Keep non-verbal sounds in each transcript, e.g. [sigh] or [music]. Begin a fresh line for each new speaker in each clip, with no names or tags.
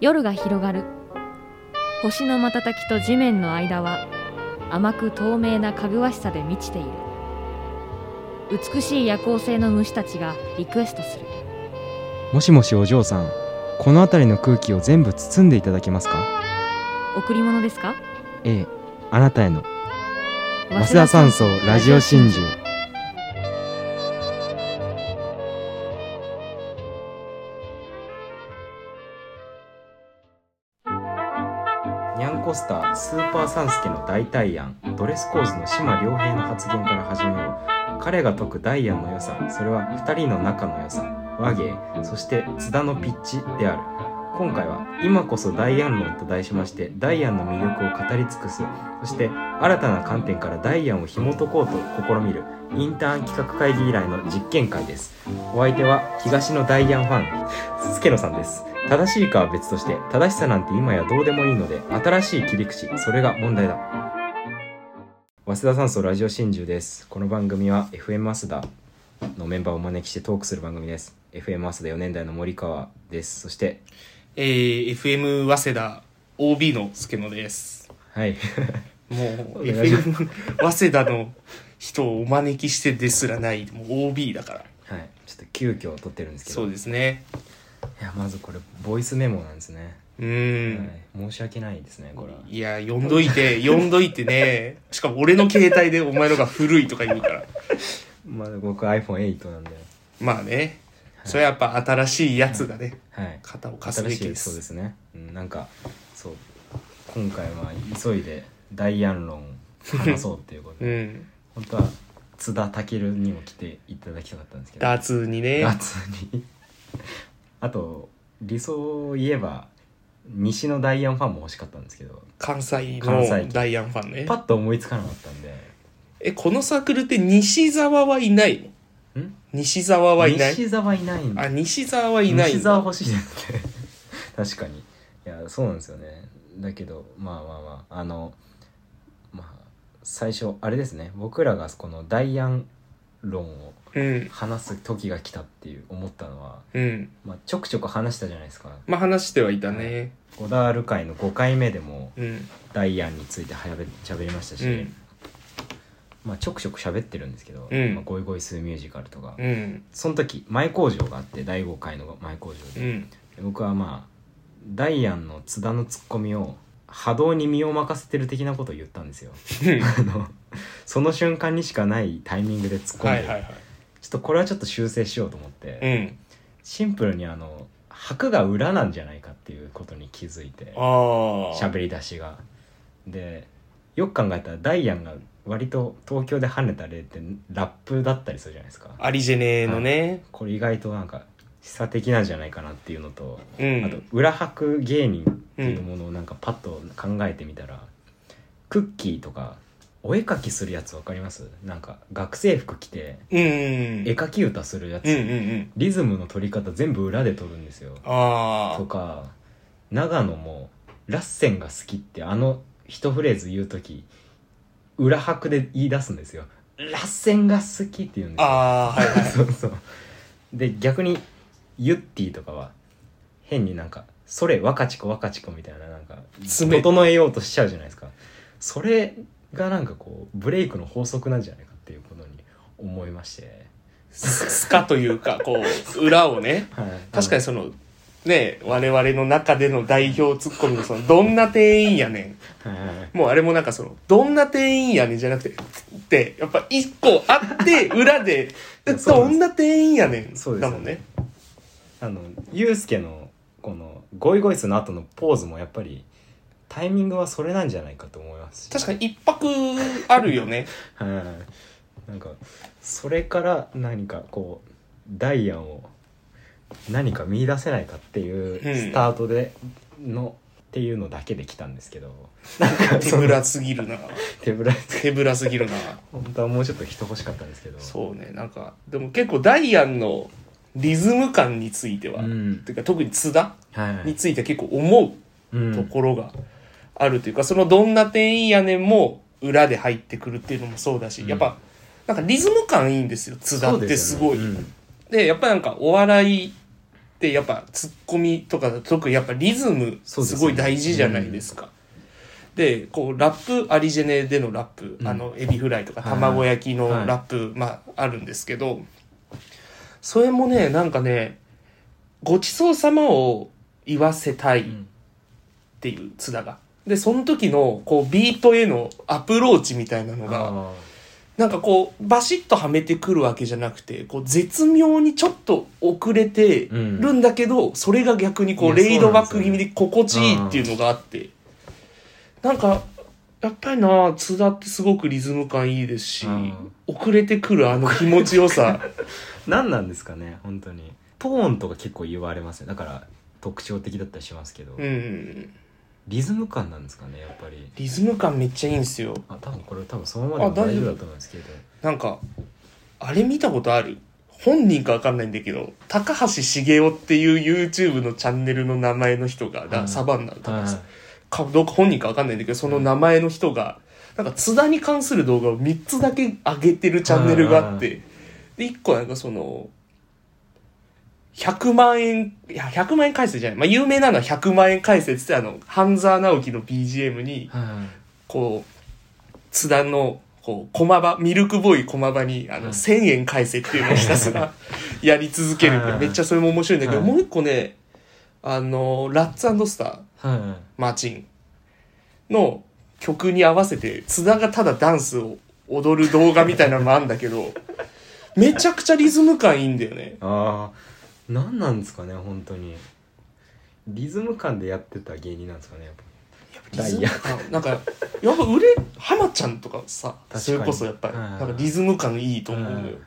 夜が広がる星の瞬きと地面の間は甘く透明なかぐわしさで満ちている美しい夜行性の虫たちがリクエストする
もしもしお嬢さんこの辺りの空気を全部包んでいただけますか
贈り物ですか
ええあなたへの早稲田山荘ラジオ真珠にゃんこスタースーパーサンスケの大体案ドレスコーズの島良平の発言から始めよう彼が解くダイアンの良さそれは二人の仲の良さ和芸そして津田のピッチである今回は「今こそダイアン論」と題しましてダイアンの魅力を語り尽くすそして新たな観点からダイアンを紐解こうと試みるインターン企画会議以来の実験会ですお相手は東のダイアンファンスケノさんです正しいかは別として正しさなんて今やどうでもいいので新しい切り口それが問題だ早稲田山荘ラジオ真珠ですこの番組は FM 早稲田のメンバーをお招きしてトークする番組です FM 早稲田4年代の森川ですそして
えー、FM 早稲田 OB の助野です
はい。 [laughs]
もう
お願いしま
FM 早稲田の人をお招きしてですらないもう OB だから
はい。ちょっと急遽撮ってるんですけど。
そうですね
いや、まずこれ、ボイスメモなんですね。
うーん、
はい。申し訳ないですね、これは。
い、や呼んどいて呼んどいてねしかも俺の携帯でお前のが古いとか言うから
まだ僕 iPhone8 なんで。
まあねそれはやっぱ新しいやつがね
はい。
肩を貸す
新
べ
し
き
い
で
そうですすね。うん、なんか、そう。今回は急いで、ダイアン論を話そうっていうこと
う
で。
ん
本当は、津田健にも来ていただきたかったんですけど。
ダーツにね
夏に。あと、理想を言えば、西のダイアンファンも欲しかったんですけど、
関西
関西
のダイアンファンね
パッと思いつかなかったんで。
えこのサークルって西沢はいないの
ん
西沢はいない
西澤いないんだ
あ西沢はいないん
西
だ
澤欲しいですね確かにいやそうなんですよねだけどまあまあまああのまあ最初あれですね僕らがこのダイアン論を
うん
話す時が来たっていう思ったのは、
うん
まあ、ちょくちょく話したじゃないですか
まあ話してはいたね
小田ある会の5回目でも
うん
ダイアンについてはやべ喋りましたし、
うん
まあ、ちょくちょく喋ってるんですけど「
うん
まあ、ゴイゴイスーミュージカル」とか、
うん
その時前工場があって第5回の前工場
う
で、
ん
僕はまあダイアンの津田のツッコミを波動に身を任せてる的なことを言ったんですよあのその瞬間にしかないタイミングで突っ込
は
んで、
いはいはい
ちょっとこれはちょっと修正しようと思って、
うん
シンプルにあの白が裏なんじゃないかっていうことに気づいて
ああ
喋り出しがでよく考えたらダイアンが割と東京で跳ねた例ってラップだったりするじゃないですか
アリジェネのね
これ意外となんか示唆的なんじゃないかなっていうのとあ
う
と
ん
裏拍芸人っていうものをなんかパッと考えてみたら、クッキーとかお絵描きするやつわかりますなんか学生服着て
うん
絵描き歌するやつ、
うんうんうん
リズムの取り方全部裏で取るんですよ
あ
とか長野もラッセンが好きってあの一フレーズ言う時裏拍で言い出すんですよラッセンが好きって言うんで
あ
すよ
ああは
[laughs]
いはい
そうそうで逆にユッティとかは変になんか「それ若ち子若ち子」みたいななんか
爪
整えようとしちゃうじゃないですかそれがなんかこうブレイクの法則なんじゃないかっていうことに思いまして、
ススカというかこう裏をね確かに
に
そのね我々の中での代表ツッコミのそのどんな店員やねん
はいはいはい
もうあれもなんかその、どんな店員やねんじゃなくて、って、やっぱ一個あ
[laughs]
って、裏で、
いやそうなん
ど
です
んな店員やねん。
そうですよね
だもんね。
あのユースケのこの「ゴイゴイス」の後のポーズもやっぱりタイミングはそれなんじゃないかと思いますし
確かに一泊あるよね。
はい、なんかそれから何かこうダイアンを何か見出せないかっていう
うん
スタートでの、っていうのだけで来たんですけどなんか [laughs]
手
その
ぶらすぎるな。
手ぶら
手ぶらすぎるな。
本当はもうちょっと人欲しかったんですけど
そうね、なんか、でも結構ダイアンのリズム感については、
ん
ていうか特に津田
はい
については結構思
う
うんところがあるというか、そのどんな店員やねんも裏で入ってくるっていうのもそうだし、
うん
やっぱ、なんかリズム感いいんですよ、津田
そ
っ
う
て
です
す
よ
ごい。
ねうん
でやっぱりなんかお笑いってやっぱツッコミとか特にやっぱリズム
そうです
す
ね
ごい大事じゃないですか。でこうラップアリジェネでのラップ、
うん
あのエビフライとか
はいはい
卵焼きの
はい
ラップ、まああるんですけどそれもねなんかねごちそうさまを言わせたいっていう津田が。でその時のこうビートへのアプローチみたいなのが
あ
なんかこうバシッとはめてくるわけじゃなくてこう絶妙にちょっと遅れて
うん
るんだけど、それが逆に
い
こ
うや
レイドバッ
そう
ク
なん
気味
ですよね
で心地いいっていうのがあってなんかやっぱりな津田ってすごくリズム感いいですし
うん
遅れてくるあの気持ち
[laughs]
よさ
何なんですかね本当にトーンとか結構言われますねだから特徴的だったりしますけど、
うん
リズム感なんですかねやっぱり
リズム感めっちゃいいんですよ
あ多分これ多分そのままでも
あ大
大
丈
丈
夫
夫だと思うんですけど
なんかあれ見たことある本人かわかんないんだけど高橋茂雄っていう YouTube のチャンネルの名前の人が、だ
うん
サバンナとか
はい
さかどうか本人かわかんないんだけどその名前の人がなんか津田に関する動画を3つだけ上げてるチャンネルがあってで1個なんかその100万円いや100万円解説じゃない、まあ、有名なのは100万円解説ってあの半沢直樹の BGM に
はい
こう津田のこう駒場ミルクボーイ駒場にあ
う
の
ん
1,000円返せっていうのをひたすら
[laughs]
やり続ける
はい
めっちゃそれも面白いんだけど
はい
もう一個ねあのラッツスター
はいはい
マーチンの曲に合わせて津田がただダンスを踊る動画みたいなのもあんだけ
[laughs]
どめちゃくちゃリズム感いいんだよね
ああ何なんですかね本当にリズム感でやってた芸人なんですかねやっぱ
リ
ダ
ズ
イ
ム
ヤ
感なんかやっぱ売れ浜ちゃんとかさ
かに
それこそやっぱり
うん
なんかリズム感いいと思うのよ、
うん
やっ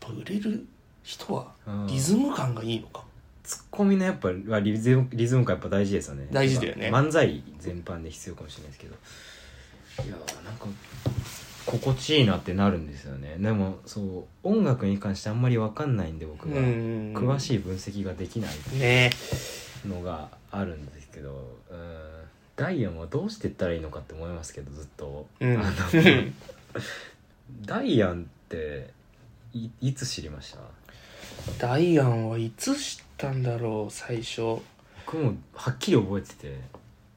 ぱ売れる人は
うん
リズム感がいいのかも、
ツッコミのやっぱはリズムリズム感やっぱ大事ですよね
大事だよね
やっぱ漫才全般で必要かもしれないですけどいやーなんか心地いいなってなるんですよねでもそう音楽に関してあんまり分かんないんで僕が、
うん
詳し
い
い分析ができない
ね
のがあるんですけどうんダイアンはどうしていったらいいのかって思いますけどずっと、
えうん
あの [laughs] ダイアンっていいつ知りました
[laughs] ダイアンはいつ知ったんだろう最初
僕もはっきり覚えてて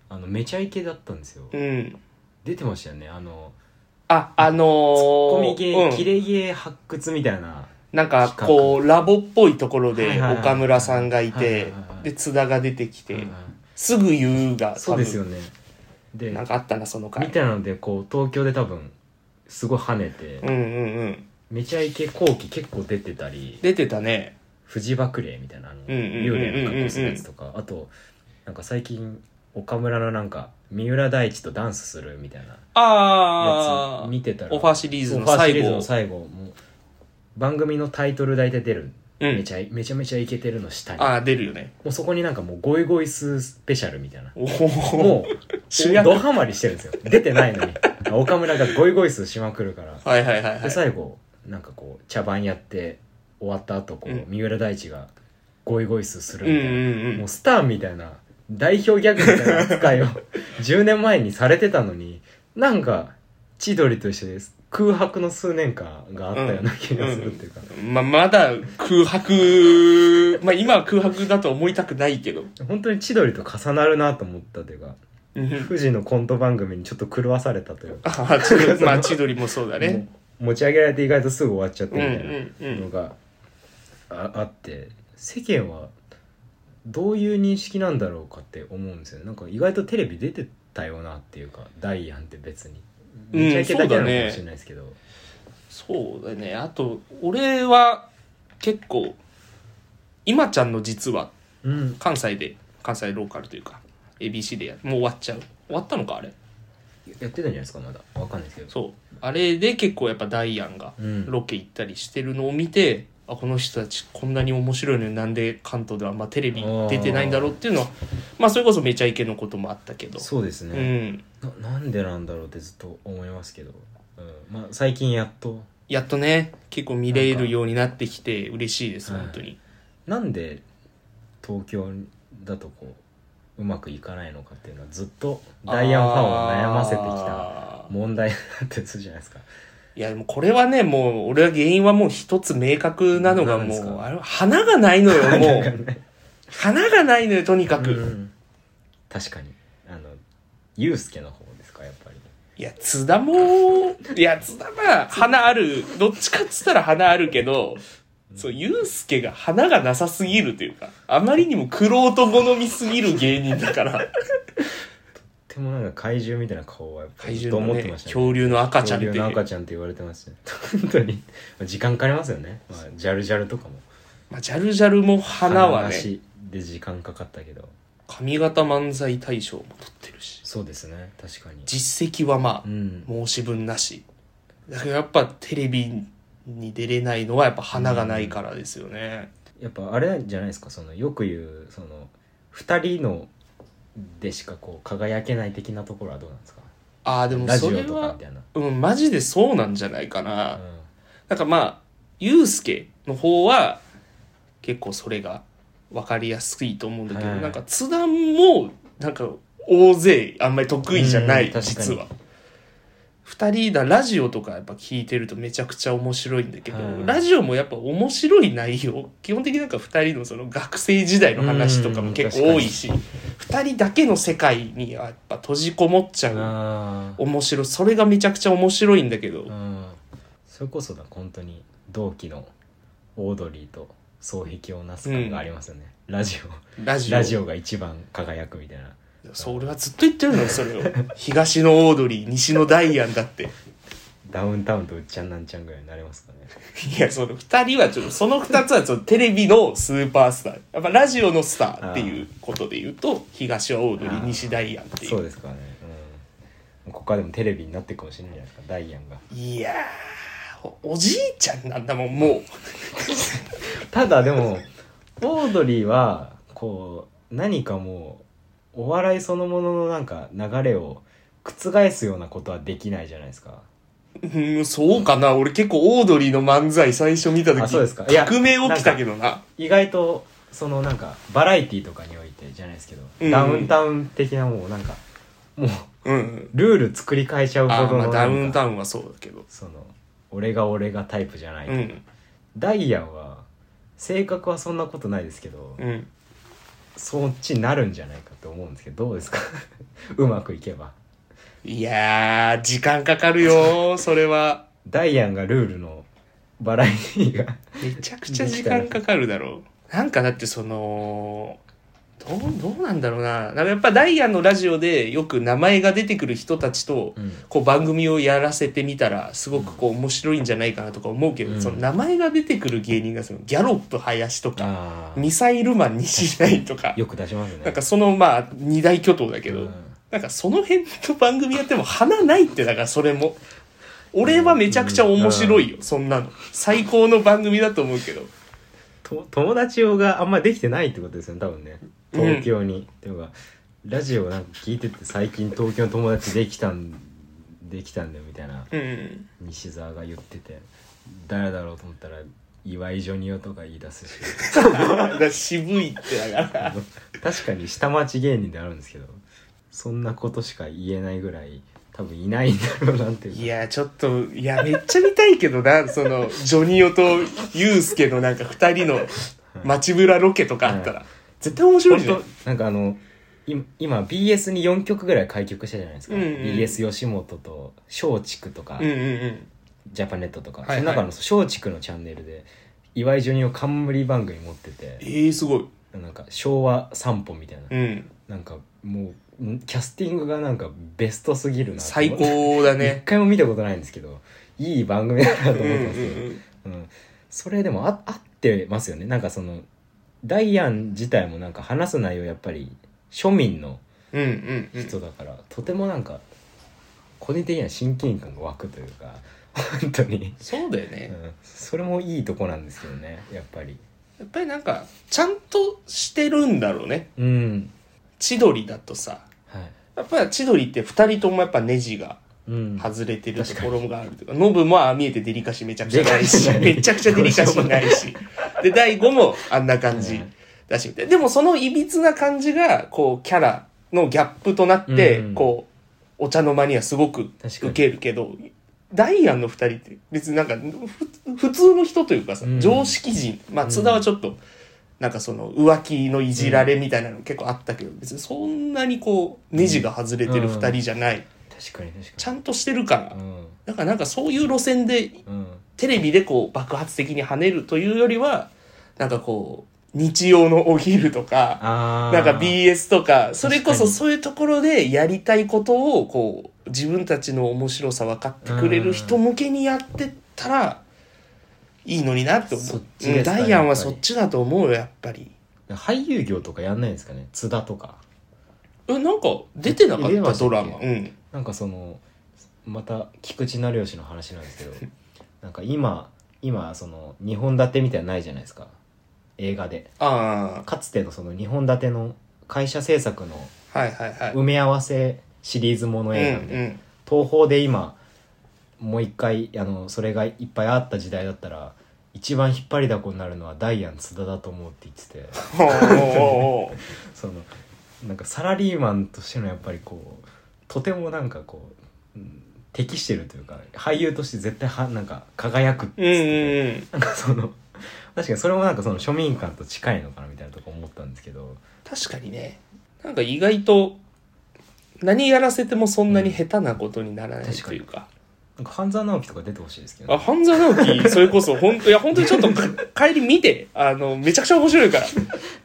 あのめちゃイケだったんですよ、
うん
出てましたよねあの
ああのー、
コミゲー、
うん
キレゲー発掘みたいな
なんかこうラボっぽいところ
はい
で
はいはい
岡村さんがい
はいはい
て
はいはい
で津田が出てきて
うん
すぐ言うが
そ
多
うですよ
分
ねで
なんかあったなその
み
回
たいなのでこう東京で多分すごい跳ねて、
うんうんうん
めちゃイケ後期結構出てたり
出てたね
藤爆霊みたいなあの
うんうんうんうんうん
幽霊の格好するやつとかあとなんか最近岡村のなんか三浦大知とダンスするみたいなや
あ
つ
ー
見てたら
オファーシリーズ
オ
の
ファーシリ
最
ーズ
後
の最後もう番組のタイトル大体出る、
う
め
ん
ちゃいめちゃめちゃイケてるの下に
ああ出るよね
もうそこになんかもうゴイゴイスースペシャルみたいな
おお
もう
主
ド
役
ハマりしてるんですよ出てない
[laughs]
のに岡村がゴイゴイスーしまくるから
はいはいはいは
で
い
最後なんかこう茶番やって終わった後こ
うん
う三浦大知がゴイゴイスーす
う
る
んう
みたいな、
んう
も
ん
うスターみたいな代表ギャグみたいな扱いを [laughs] 10年前にされてたのになんか千鳥と一緒です空白の数年間があったような気がするっていうか、
ままだ空白まあ今は空白だと思いたくないけど
本当に千鳥と重なるなと思ったというか富士のコント番組にちょっと狂わされたというか、
ああ千鳥まあ千鳥もそうだね
もう持ち上げられて意外とすぐ終わっちゃって
うん
み
う
たいな。
んう
の
ん
がああって世間はどういう認識なんだろうかって思うんですよねなんか意外とテレビ出てたよなっていうかダイアンって別に
うん
めちゃイケだけなのか
そうだね
もしれないですけど、
そうだねあと俺は結構今ちゃんの実は
うん
関西で関西ローカルというか ABC でやもう終わっちゃう終わったのかあれ
やってたんじゃないですかまだわかんないですけど
そうあれで結構やっぱダイアンが
うん
ロケ行ったりしてるのを見て、あこの人たちこんなに面白いのになんで関東ではあんまテレビ出てないんだろうっていうのはまあそれこそめちゃイケのこともあったけど
そうです
う
ね、
ん
ななんでなんだろうってずっと思いますけど、うんまあ、最近やっと
やっとね結構見れるようになってきて嬉しいです
なんか
本当に、
なんで東京だとこううまくいかないのかっていうのはずっとダイアンファンを悩ませてきた
あー
問題になってるじゃないですか
いや、でもこれはね、もう、俺は原因はもう一つ明確なのが
何で
も
す
う、
か
あれは花がないのよ、も
なん
う。
かね
花がないのよ、とにかく。
うん確かにあのユうスケの方ですかやっぱり
いや、津田も、いや、津田は花ある、どっちかっつったら花あるけど、そう、ゆうすけが花がなさすぎるというか、あまりにも玄人好みすぎる芸人だから、
でもなんか怪獣みたいな顔はやっぱ
怪
りずっ
獣
と思
の
っ
ね
てましたね
恐竜の赤ちゃんって
恐竜の赤ちゃんって言われてますね本当に時間かかりますよね、まあ、ジャルジャルとかも
まあ、ジャルジャルも花
鼻
は
な
ね、
しで時間かかったけど
上方漫才大賞も取ってるし、
そうですね確かに
実績はま
う
あ、
ん
申し分なし。だからやっぱテレビに出れないのはやっぱ花がないからですよね。
やっぱあれじゃないですかそのよく言うその2人のでしかこう輝けない的なところはどうなんですか
ああ、でも
ラジ
そ
オ
れ
とかみ
は、
たいな、
うん、マジでそうなんじゃないかな。
うん
なんかまあ、ゆうすけの方は、結構それが分かりやすいと思うんだけど、
はい
なんか津田も、なんか大勢あんまり得意じゃな
う
い
ん、確かに
実は。二人だ、ラジオとかやっぱ聞いてるとめちゃくちゃ面白いんだけど、
はい
ラジオもやっぱ面白い内容、基本的になんか二人のその学生時代の話とかも結構多いし、二人だけの世界にやっぱ閉じこもっちゃう
あー
面白い、それがめちゃくちゃ面白いんだけど
う、んそれこそだ本当に同期のオードリーと双璧をなす感がありますよね、ラジオ
ラジオ。
ラジオが一番輝くみたいな
そう、俺はずっと言ってるのよ、それを。 [laughs] 東のオードリー、西のダイアンだって。い
ダウンタウンとうっちゃんなんちゃんぐらいになりますかね
や、その二人はちょっと、その二つはちょっとテレビのスーパースター。やっぱラジオのスターっていうことで言うと、東はオードリ
あ
ー、
ー
西ダイアンってい
そう
う。
ですからね、うん、ここからでもテレビになっていくかもしれないじゃないですかダイアンが
いやーお、おじいちゃんなんだもん、も
ただでもオードリーはこう何かもうお笑いそのもののなんか流れを覆すようなことはできないじゃないですか
う。うん、そうかな。俺結構オードリーの漫才最初見た
あそうです
時
かいや
革命起きたけどな。
意外とそのなんかバラエティーとかにおいてじゃないですけど、
うん
ダウンタウン的なもうなんかもう
うんうん。
ルール作り変えちゃうほ
あー
どの
ま
な
あ
んか
ダウンタウンはそうだけど。
その俺が俺がタイプじゃない、
うん。
ダイアンは性格はそんなことないですけど、
うん。
そっちになるんじゃないかと思うんですけどどうですか [laughs] うまくいけば
いやー、時間かかるよー、それは。
ダイアンがルールのバラエティーが
めちゃくちゃ時間かかるだろう。 [laughs] なんかだってその、どう、どうなんだろうな。なんかやっぱダイアンのラジオでよく名前が出てくる人たちと、
うん
こう番組をやらせてみたら、すごくこう面白いんじゃないかなとか思うけど、
うん
その名前が出てくる芸人がそのギャロップ林とか、
あ
ミサイルマン西成とか、
よく出しますね
なんかそのまあ二大巨頭だけど、
うん
なんかその辺と番組やっても花ないってだからそれも。俺はめちゃくちゃ面白いよ、そんなの。最高の番組だと思うけど。
と友達用があんまできてないってことですよね多分ね東京に、でもラジオなんか聞いてて最近東京の友達できたんできたんだよみたいな
うん。
西澤が言ってて誰だろうと思ったら岩井ジョニオとか言い出す
[laughs]
し
[laughs] だから渋いってだから。
確かに下町芸人であるんですけどそんなことしか言えないぐらい多分いないんだろうなっていうか
いや、ちょっと、いや、めっちゃ見たいけどな、その、ジョニオとユースケのなんか二人の街ぶらロケとかあったら、絶対面白いじゃん。
本当なんかあのい今 BS に4曲ぐらい開局したじゃないですか、
うんうん
BS 吉本と松竹とか、
うんうんうん。
ジャパネットとか、
はいはい
その中の松竹のチャンネルで岩井ジョニオ冠番組持ってて
ええすごい。
なんか昭和散歩みたいな、
うん。
なんかもうんキャスティングがなんかベストすぎるなと思
最
って
高だ
一
ね。
回も見たことないんですけどいい番組だなと思っ
うん
た
うんん
ですけど、うん、それでもあ合ってますよねなんかそのダイアン自体もなんか話す内容やっぱり庶民の
うん。うんうんうん。
人だから、とてもなんか個人的には親近感が湧くというか本当に、
そうだよ
う
ね。
ん、それもいいとこなんですけどねやっぱり
やっぱりなんか、ちゃんとしてるんだろうね。
うん
千鳥だとさ、
はい
やっぱり千鳥って二人ともやっぱネジが
うん
外れてるところがあるというか、ノブもああ見えてデリカシーめちゃくちゃないし
デリカシー、ない
めちゃくちゃデリカシーないし、で、第5もあんな感じだし、ででもそのいびつな感じが、こう、キャラのギャップとなって
う、ん
こう、お茶の間にはすごく
確かに
受けるけど、ダイアンの二人って別になんかふ普通の人というかさ、
うん
常識人まあ
うん
津田はちょっと、なんかその浮気のいじられみたいなの結構あったけど別にそんなにこうネジが外れてる二人じゃない、
確かに確かに
ちゃんとしてるから、
うん
だからなんかそういう路線で
うん
テレビでこう爆発的に跳ねるというよりはなんかこう日曜のお昼とか
あー
なんか BS とかそれこ
確か
そ
に
そういうところでやりたいことをこう自分たちの面白さ分かってくれる人向けにやってったらいいのになって思
そっ
う、
ちですか
うん
ね
ダイアン
や
は
っぱり
そっちだと思うよやっぱり
俳優業とかやんないんですかね津田とか
えなんか出てなかっ
出てま
た
したっ
ド
け
ラマうん
なんかそのまた菊池成吉の話なんですけど [laughs] なんか今今その2本立てみたいなのないじゃないですか映画で
あ
かつてのその2本立ての会社制作の
あはいはいはい
埋め合わせシリーズもの映画みたいな、
うん
東宝で今もう一回あのそれがいっぱいあった時代だったら一番引っ張りだこになるのはダイアン津田だと思うって言って [laughs] て
うん、おーおーおー
そのなんかサラリーマンとしてのやっぱりこうとてもなんかこう、うん適してるというか俳優として絶対はなんか輝くって
うん
言ってて
うんう
な
ん
んかその確かにそれもなんかその庶民感と近いのかなみたいなとこ思ったんですけど
確かにねなんか意外と何やらせてもそんなに下手なことにならない
うん確か
と
に
いうか,、
なんか半沢直樹とか出てほしいですけど
あ半沢直
[laughs]
樹それこそ本当いや本当にちょっとか帰り見てあのめちゃくちゃ面白いから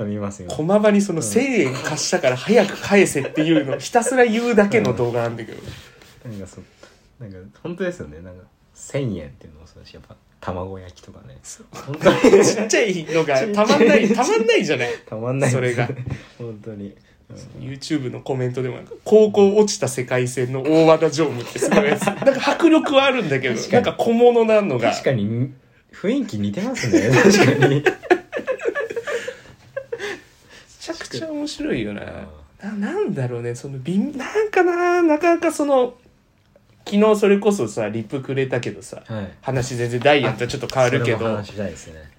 あ見ますよ
駒場にその1,000円貸したから早く返せっていうのをひたすら言うだけの動画なんだけど、
なんかそうなんか本当ですよねなんか1000円っていうのもそうだしやっぱ卵焼きとかね本当に
ちっちゃいのがたまんないたまんないじゃない
たまんないです
それが
本当に、うん
YouTube のコメントでもなんか高校落ちた世界線の大和田常務ってすごいやつなんか迫力はあるんだけど
確か
なん
に
か小物なのが
確かに雰囲気似てます
[laughs]
ね確かに
めちゃくちゃ面白いよな
う
ななんだろうねそのびんなんかななかなかその昨日それこそさリプくれたけどさ
はい
話全然ダイアンとはちょっと変わるけ
それも
ど
話したいですね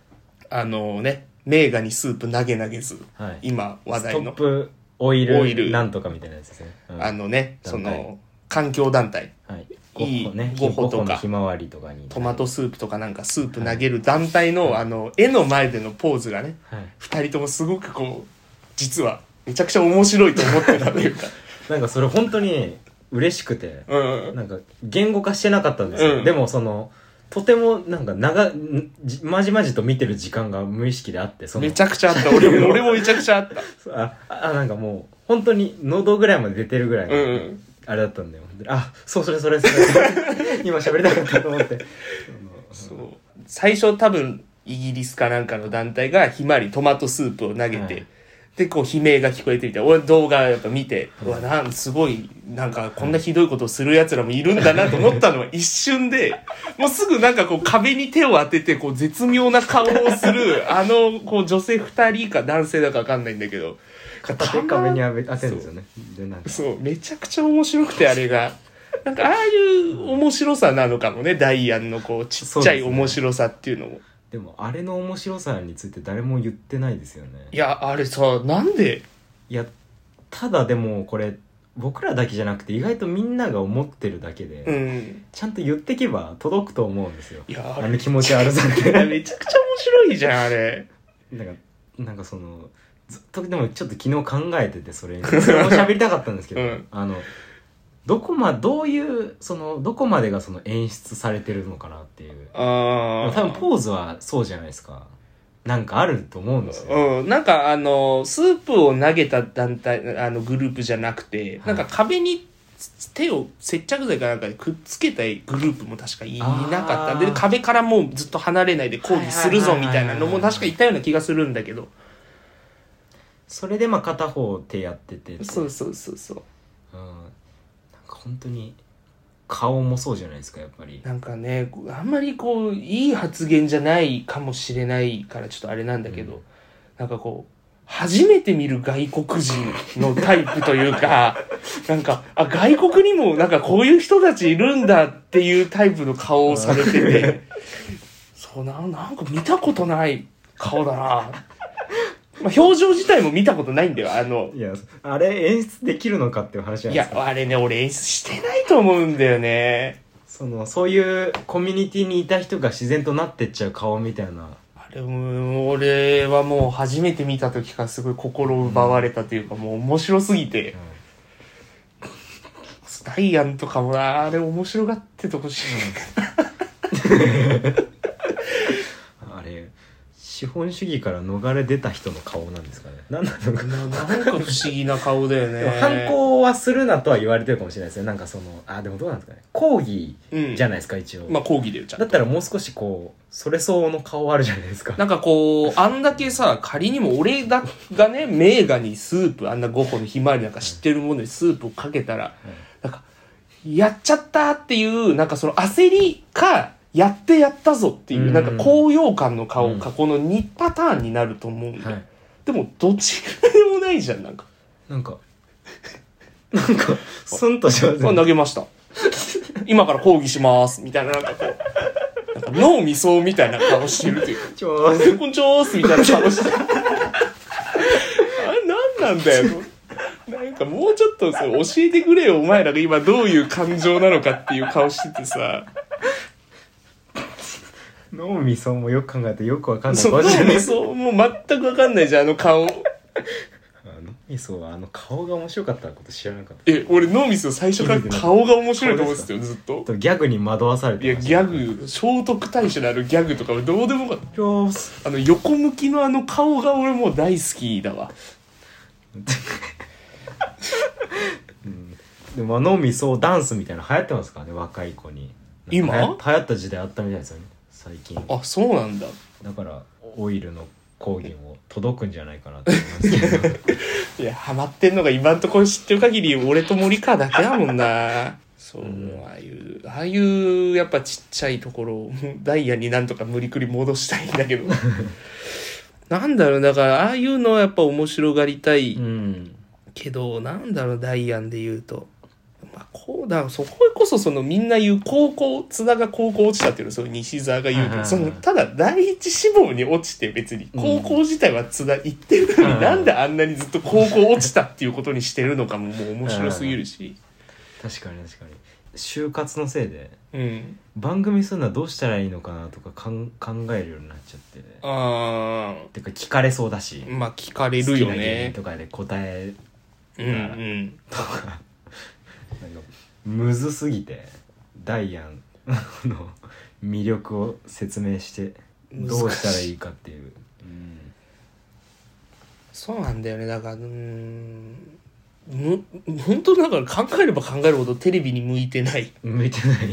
あのね名画にスープ投げ投げず
はい
今話
スト
題
ッ
の
プオイ
オイル
ルなんとかみたいなやつですね、うん
あのねそ
団体
の環境団体
はい
いい
ゴッホね
ゴッホとか
ゴのひまわりとかに
トマトスープとかなんかスープ投げる団体のあの絵の前でのポーズがね
はい
2人ともすごくこう実はめちゃくちゃ面白いと思ってたというか
なんかそれ本当に嬉しくて
うんう
[laughs]
ん
なんか言語化してなかったんですよ、
うん
でもそのとてもなんか長んじまじまじと見てる時間が無意識であってその
めちゃくちゃあった俺も俺もめちゃくちゃあった
ああなんかもう本当に喉ぐらいまで出てるぐらいの
うんうん
あれだったんだよ、あそうそれそれそれ [laughs] 今喋りたかったと思って
そう最初多分イギリスかなんかの団体がひまわりトマトスープを投げて、
はい
でこう悲鳴が聞こえてみたい俺動画やっぱ見て、
は
う
い
わなんすごいなんかこんなひどいことをするやつらもいるんだなと思ったのは一瞬でもうすぐなんかこう壁に手を当ててこう絶妙な顔をするあのこう女性2人か男性だか分かんないんだけど
片手壁に当て当てるんですよねでなんか
そうめちゃくちゃ面白くてあれが。なんかああいう面白さなのかもねダイアンのこうちっちゃい面白さっていうのも。
でもあれの面白さについて誰も言ってないですよね
いや、あれさ、なんで
いやただでもこれ僕らだけじゃなくて意外とみんなが思ってるだけで、
うん。
ちゃんと言ってけば届くと思うんですよ
いや、
あ
あ
の
れ、 [laughs]
気持ち悪さって
めちゃくちゃ面白いじゃん、あれ。
なんかなんかそのずっとでもちょっと昨日考えててそれにそれも喋りたかったんですけど、
うん
あのどこまどういうそのどこまでがその演出されてるのかなっていう
あ
多分ポーズはそうじゃないですかなんかあると思うんですよ、
うん、なんかあの、スープを投げた団体、あの、グループじゃなくて、
はい
なんか壁に手を接着剤かなんかでくっつけたいグループも確かいなかった。
あー
で、壁からもうずっと離れないで抗議するぞみたいなのも確かいたような気がするんだけど。
それでまあ片方手やってて
そうそうそうそう。
うん、なんか本当に顔もそうじゃないですかやっぱり
なんかね、あんまりこう、いい発言じゃないかもしれないから、ちょっとあれなんだけど、
うん
なんかこう、初めて見る外国人のタイプとい
[laughs]
うか、なんか、あ、外国にもなんかこういう人たちいるんだっていうタイプの顔をされてて、そうな、なんか見たことない顔だな。まあ、表情自体も見たことないんだよ、あの、
いやあれ演出できるのかっていう話じゃないいです
や
か、
あれね、俺演出してないと思うんだよね。
そのそういうコミュニティにいた人が自然となってっちゃう顔みたいな
あれも俺はもう初めて見た時からすごい心を奪われたというか、もう面白すぎて、ダイアンとかもなあれ面白がっててほしい、
あれ資本主義から逃れ出た人の顔なんですかね何なのか
ななんか不思議な顔だよね
でも反抗はするなとは言われてるかもしれないですねなんかそのあでもどうなんですかね抗議じゃないですか、一応、
まあ抗議でよちゃん
だ
と
ったらもう少しこうそれ相応の顔あるじゃないですか
なんかこう、あんだけさ、仮にも俺だがね、名画にスープ、あんなゴッホのひまわりなんか知ってるものにスープをかけたら、なんか、やっちゃったっていう、なんかその焦りか、やってやったぞっていう、
うん
なんか高揚感の顔か、この2パターンになると思うんだよ、
はい
でも、どちらでもないじゃん、なんか。
なんか [laughs] なんかスンとします
あ
ね
投げました。今から抗議します、みたいな、なんかこう、なんか脳みそみたいな顔してるという
[laughs]
か。
ちょー
こんにちはーすみたいな顔して。あれ、なんなんだよ。なんかもうちょっとさ、教えてくれよ、お前らが今どういう感情なのかっていう顔しててさ。
脳みそもよく考えてよくわかんない
そ
か
こ
もしれない
もそう、もう全くわかんないじゃん、あの顔。
あ脳みそはあの顔が面白かったこと知らなかった
え、俺、脳みそ最初から顔が面白いと思ってたよ、ずっ
あ
と。
とギャグに惑わされ
い
て
や、
まし
ギ
た
ャグ、聖徳太子のあのギャグとかはどうでもよかった。
ギャグ
あの、横向きのあの顔が俺もう大好きだわ。
でもあの脳みそダンスみたいなの流行ってますからね若い子に
今
なんか流行流行った時代あったみたいですよね最近
あ、そうなんだ。
だからオイルの抗議も届くんじゃないかなと思います [laughs] けど
いや、ハマってんのが今んところ知ってる限り、俺と森川だけだもんな。そう、
ん
ああいう、ああいう、やっぱちっちゃいところ [laughs] を、ダイヤになんとか無理くり戻したいんだ [laughs] けど。なんだろう、だから、ああいうのはやっぱ面白がりたい
うん
けど、なんだろう、ダイアンで言うと。まあ、こうだ、そここそそのみんな言う高校、津田が高校落ちたっていうの、その西澤が言う
はい
と、
はい
そ
はい
の、ただ第一志望に落ちて別に、高校自体は津田行ってるの
うん
に、なんであんなにずっと高校落ちたっていうことにしてるのかも、もう面白すぎるし。
確かに確かに就活のせいで
うん。
番組するのはどうしたらいいのかなとかかん考えるようになっちゃって
あ
てか聞かれそうだし
ー、まあ聞かれ
好
る
き
よ
な芸人
ね。
とかで答え
うんうん。
なんかむずすぎてダイアンの魅力を説明してどうしたらいいかっていう、うん
そうなんだよねだからうーんむ本当だから考えれば考えるほどテレビに向いてない
向いてない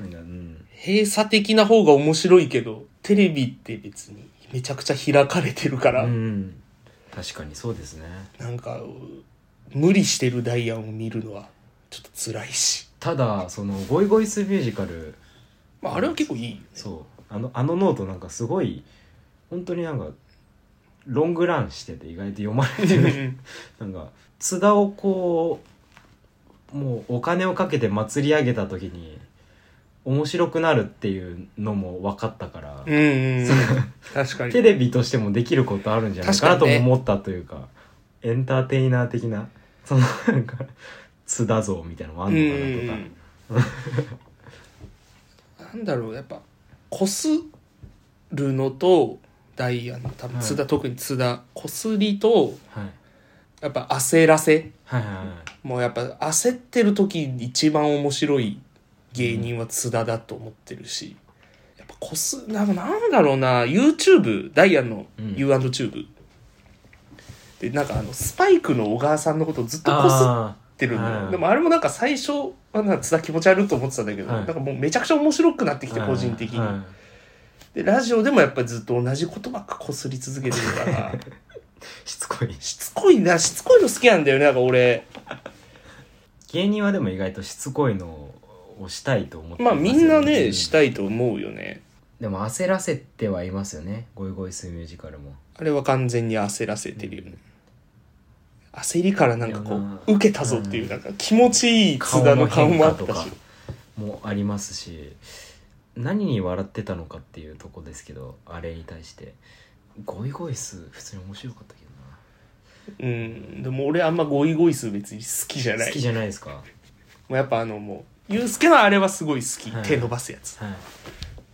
なんかうん
閉鎖的な方が面白いけどテレビって別にめちゃくちゃ開かれてるから、
うん確かにそうですね
なんかう無理してるダイヤを見るのはちょっと辛いし、
ただその「ゴイゴイスーミュージカル
まあ、あれは結構いいよね」
そうあのあのノートなんかすごい本当になんかロングランしてて意外と読まれてるなんか津田をこうもうお金をかけて祭り上げた時に面白くなるっていうのも分かったから、
うんうんうん確かに
テレビとしてもできることあるんじゃないかなと
確か
も
にね
思ったというかエンターテイナー的なそのなんか津田像みたいなのもあ
うん
の
ん
かなとか、
なんだろうやっぱこするのとダイヤの多分津田、特に津田こすりと
はい、
やっぱ焦らせ
はいはいはい
もうやっぱ焦ってる時に一番面白い芸人は津田だと思ってるし、やっぱこすなんかなんだろうな YouTube ダイアンの
うん
U&Tube、でなんかあのスパイクの小川さんのことをずっとこすっ
あ
てるの
あー
よでもあれもなんか最初はなんか津田気持ち悪いと思ってたんだけど、
はい
なんかもうめちゃくちゃ面白くなって
ー
きて個人的に、
はいはい
でラジオでもやっぱりずっと同じことばっかこすり続けてるから
しつこい
しつこいなしつこいの好きなんだよねなんか俺
芸人はでも意外としつこいのをしたいと思って
まあみんな
う
ね、
ん
したいと思うよね
でも焦らせてはいますよね「ゴイゴイスーミュージカル」も
あれは完全に焦らせてるよね。焦りからなんかこ
いやな
う、受けたぞっていう、なんか気持ちいい津田の顔もあったし。
もありますし何に笑ってたのかっていうとこですけどあれに対して「ゴイゴイスー」普通に面白かったけど
うん。でも俺あんまゴイゴイスー別に好きじゃ
な
な
好
い。
きじゃないですか
もうやっぱあのもう、ユうスケのあれはすごい好き、
はい
手伸ばすやつ
は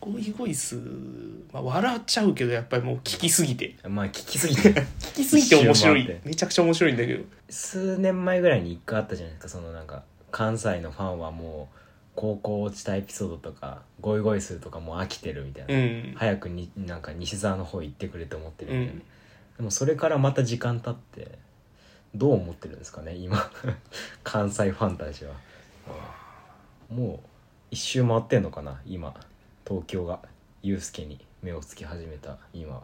ゴイゴイスー、まあ、笑っちゃうけどやっぱりもう聞きすぎて
いまあ聞きすぎ
[laughs]
て
聞きすぎて面白
一周回
い
って
めちゃくちゃ面白いんだけど
数年前ぐらいに一回あったじゃないですかそのなんか関西のファンはもう高校落ちたエピソードとかゴイゴイするとかもう飽きてるみたいな、
うん
早くになんか西沢の方行ってくれと思ってる
う
みたいな、
ん
でもそれからまた時間経ってどう思ってるんですかね今 [laughs] 関西ファンたちはもう一周回ってんのかな今東京がユースケに目をつき始めた今は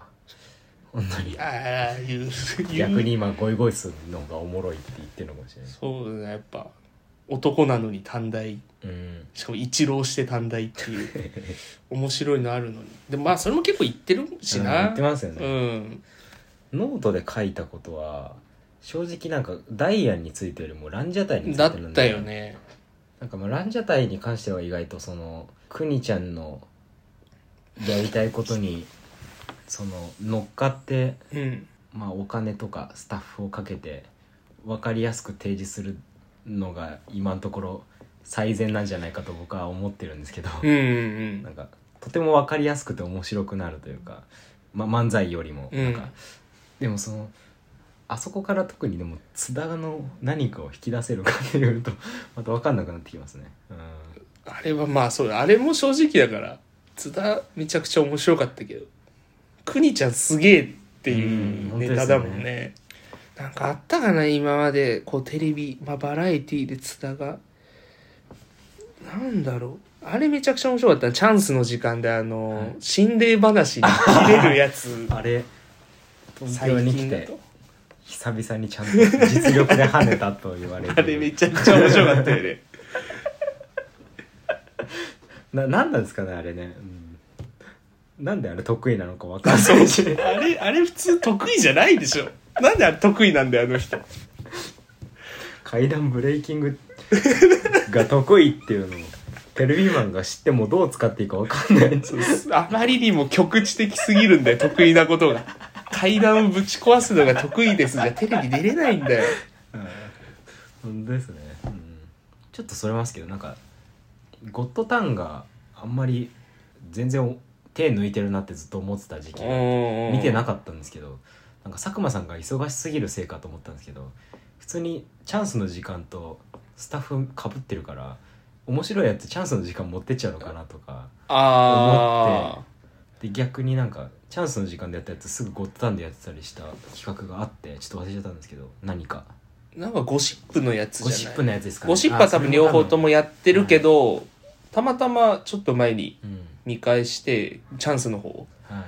本当に
ああいう
逆に今ゴイゴイスの方がおもろいって言ってるのかもしれない
そうだねやっぱ男なのに短大
うん
しかも一浪して短大っていう面白いのあるのにでもまあそれも結構言ってるし
うん
な
言ってますよ
う
ね、
ん
ノートで書いたことは正直なんかダイアンについてよりもランジャタイについて
だ
る
っ
ん
たよね
なんかまあランジャタイに関しては意外とそのくにちゃんのやりたいことにその乗っかって、
うん
まあ、お金とかスタッフをかけて分かりやすく提示するのが今のところ最善なんじゃないかと僕は思ってるんですけど、
うんう
なんんかとても分かりやすくて面白くなるというか、ま、漫才よりも
うん
なんか、でもそのあそこから特にでも津田の何かを引き出せるかっていうと [laughs] また分かんなくなってきますね。うん
あれはまあそうだあれも正直だから津田めちゃくちゃ面白かったけどくにちゃんすげえってい
うん
うネタだも
本
ん
当
ねなんかあったかな今までこうテレビ、まあ、バラエティーで津田がなんだろうあれめちゃくちゃ面白かったチャンスの時間であの、
はい
心霊話に切れるやつ
あれ [laughs] 東
最
京に来
近だ
て
と
久々にちゃんと実力で跳ねたと言われて
[laughs] あれめちゃくちゃ面白かったよね
ななんなんですかねあれね、うんなんであれ得意なのか分かんない
[laughs]
し
あれあれ普通得意じゃないでしょなんであれ得意なんだよあの人
階段ブレイキングが得意っていうのをテレビマンが知ってもどう使っていいか分かんない
[laughs] そうですあまりにも局地的すぎるんだよ、得意なことが。階段をぶち壊すのが得意ですじゃテレビ出れないんだよ。
本当ですね、うん、ちょっとそれますけどなんかゴッドタンがあんまり全然お手抜いてるなってずっと思ってた時期があって見てなか
か
ったんですけどなんか佐久間さんが忙しすぎるせいかと思ったんですけど普通にチャンスの時間とスタッフかぶってるから面白いやつチャンスの時間持ってっちゃうのかなとか
あ
で逆になんかチャンスの時間でやったやつすぐゴッドタンでやってたりした企画があってちょっと忘れちゃったんですけど何か
ー。なんかゴシップのやつ
ゴ
じ
シ
ゃ
ッ
ない
プのやつですかね
ゴシップは多分両方ともやってるけど、たまたまちょっと前に
あそれも多分
見返して、チャンスの方。
うんはい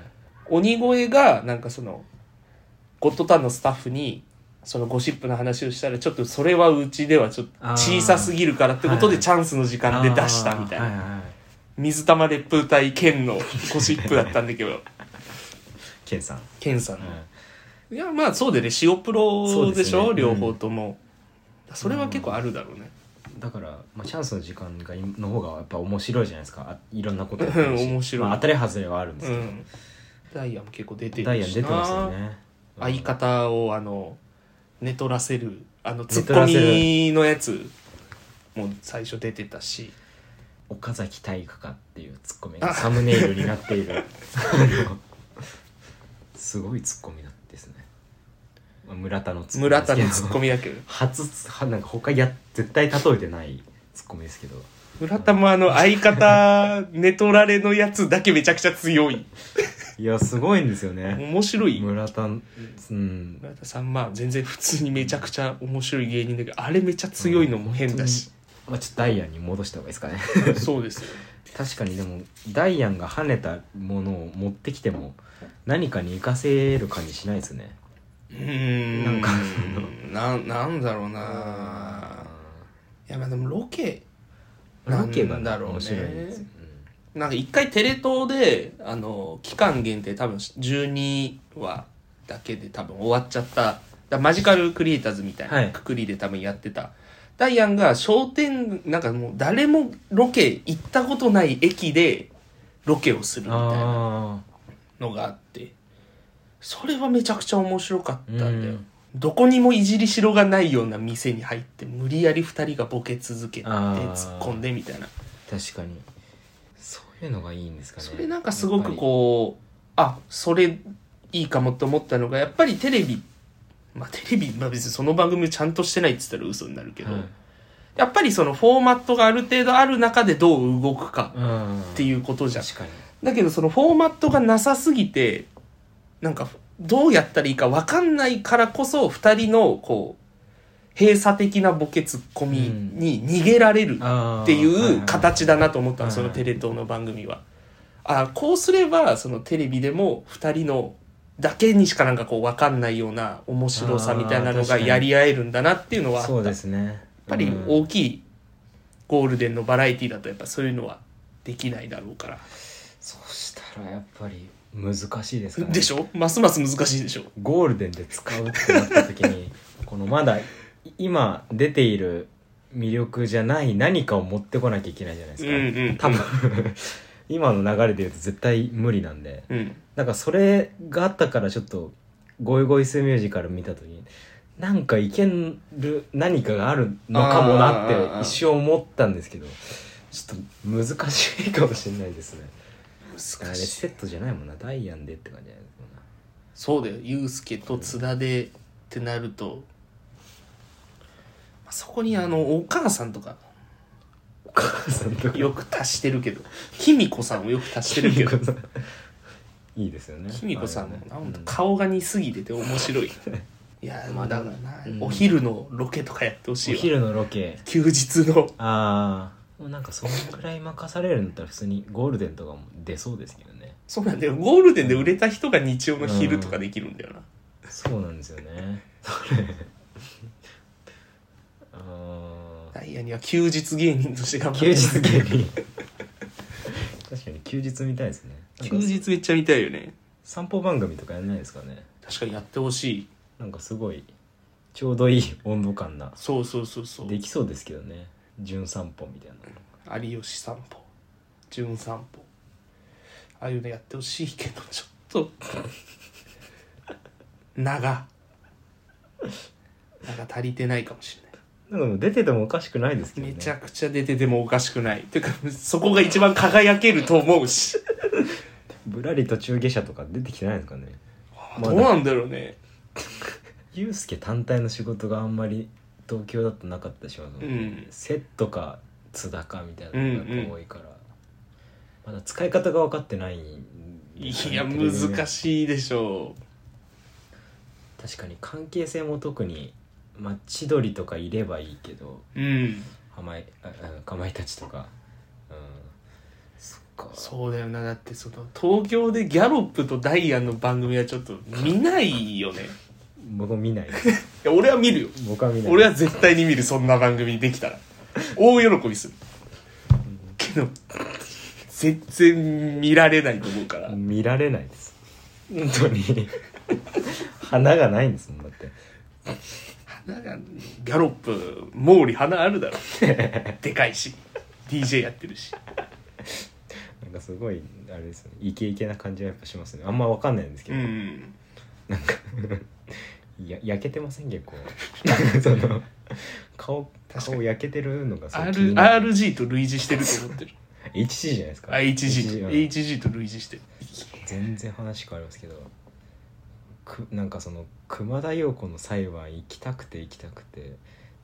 鬼越が、なんかその、ゴッドタンのスタッフに、そのゴシップの話をしたら、ちょっとそれはうちではちょっと小さすぎるからってこと
あーは
で
い
チャンスの時間で出したみたいな
あー。はははい
水玉レプ隊剣のゴシップだったんだけど
ケンさん、
[laughs] 剣さん
う
の
ん
いやまあそうでね塩プ
そう
ロ
で
ですし
ね
ょ
うん
両方とも、それは結構あるだろうね
だから、まあ、チャンスの時間が今の方がやっぱ面白いじゃないですかあいろんなことやってるし
うん面白い
まあ、当たり外れはあるんで
う
すけど、
んダイヤも結構出て
ダイ
る
ヤン
し
出てます
な、
よね
相方をあの寝取らせるあのツ
寝
ッ
取
コ
らせる
ミのやつも最初出てたし
岡崎体育かっていうツッコミがサムネイルになっているすごいツッコミだですねまあ村田のツッコミ
村
です
田
けど
のツッコミだけど
初つはなんか他や絶対例えてないツッコミですけど
村田もあの相方寝取られのやつだけめちゃくちゃ強い
いやすごいんですよね
面白い
村田うん
村田さんまあ全然普通にめちゃくちゃ面白い芸人だけどあれめちゃ強いのも変だし、
まあ、ちょっとダイヤンに戻した方がいいですかね [laughs]
そうですよ
確かにでもダイヤンが跳ねたものを持ってきても何かに活かせる感じしないですね
うーん
なんか
なんなんだろうないやまあでもロケ
ロケがね
なんだろうね
面白いですよ
なんか一回テレ東であの期間限定多分12話だけで多分終わっちゃっただからマジカルクリエイターズみたい
は
ないくくりで多分やってた、ダイアンが商店なんかもう誰もロケ行ったことない駅でロケをする
うん
みたい
あ
な
あ
のがあってそれはめちゃくちゃ面白かったんだよ、
うん
どこにもいじりしろがないような店に入って無理やり2人がボケ続けて
あー
突っ込んでみたいな
確かにそういうのがいいんですかね
それなんかすごくこうあそれいいかもって思ったのがやっぱりテレビまあテレビ、まあ、別にその番組ちゃんとしてないって言ったら嘘になるけ
う
ど、
はい
やっぱりそのフォーマットがある程度ある中でどう動くか
うん
っていうことじゃん
確かに
だけどそのフォーマットがなさすぎてなんかどうやったらいいか分かんないからこそ2人のこう閉鎖的なボケツッコミに逃げられる
っ
っていう形だなと思ったの、
はい
そのテレ東の番組は。あこうすればそのテレビでも2人のだけにしかなんかこう分かんないような面白さみたいな
あー
の
確か
が
に
やり合えるんだなっていうのはあった
そうですねやっ
やっぱり
うん、
大きいゴールデンのバラエティだとやっぱそういうのはできないだろうから、
そうしたらやっぱり難しいですからね
[laughs] でしょますます難しいでしょ
ゴールデンで使うってなった時
[laughs]
にこのまだ今出ている魅力じゃない何かを持ってこなきゃいけないじゃないですか、
うんうん
多分 [laughs] 今の流れで言うと絶対無理なんで
うん
なんかそれがあったからちょっと「ゴイゴイスーミュージカル」見た時になんかいける何かがあるのかもなって一瞬思ったんですけどちょっと難しいかもしれないですねあれ
難し
セ
い
ットじゃないもんなダイアンでって感じじゃないですもんな
そうだよユうスケと津田でってなるとまあそこにあのお母さんとか
お母さんとか
よく足してるけど卑弥呼さんをよく足してるけど
[laughs] いいですよね
卑弥呼さんも
あれね
なんか顔が似すぎてて面
[laughs]
白いいや
まあ
だからな、
うん
お昼のロケとかやってほし
お
いわ
昼のロケ
休日の
ああもうなんかそのくらい任されるんだったら普通にゴールデンとかも出そうですけどね
そうなんだよゴールデンで売れた人が日曜の昼とかできるんだよな、
そうなんですよねそれあ
ダイヤには休日芸人として頑
あ
張っ
休
て
日芸人確かに休日みたいですねなんか
[laughs] 休日めっちゃ見たいよね
散歩番組とかやんないですかね
確かにやってほしい
なんかすごいちょうどいい温度感な
そうそうそうそう
できそうですけどね純散歩みたいな
有吉散歩純散歩ああいうのやってほしいけどちょっと長長足りてないかもしれ
な
ない
んかもう出ててもおかしくないですけどね
めちゃくちゃ出ててもおかしくないてかそこが一番輝けると思うし
ぶらり途中下車とか出てきてないですかねまだ
どうなんだろうね
ユうスケ単体の仕事があんまり東京だとなかったりしますもんね、
うん
セットか津田かみたいなのがやっぱ多いから、まだ使い方が分かってないん
い
ですよね
や
テレビね
難しいでしょ
確かに関係性も特にまあ千鳥とかいればいいけど
ううん
浜いああかまいたちとかうんそっか
そうだよなだってその東京でギャロップとダイアンの番組はちょっと見ないよねい
僕見ないです
や俺は見るよ
僕は見ない
俺は絶対に見るそんな番組できたら大喜びするけど全然見られないと思うから
見られないです本当に花がないんですもんだって
花がギャロップ毛利花あるだろでかいし DJ やってるし
なんかすごいあれですよねイケイケな感じはやっぱしますねあんまわかんないんですけ
う
ど、
ん
なんかや焼けてません結構 [laughs] その顔
確かに
顔焼けてるのがすごい気
R
になる
RG と類似してると
[laughs]
思ってる
HG じゃないですか
あ HG と
は
HG と類似してる
全然話変わりますけどくなんかその熊田曜子の裁判行きたくて行きたくて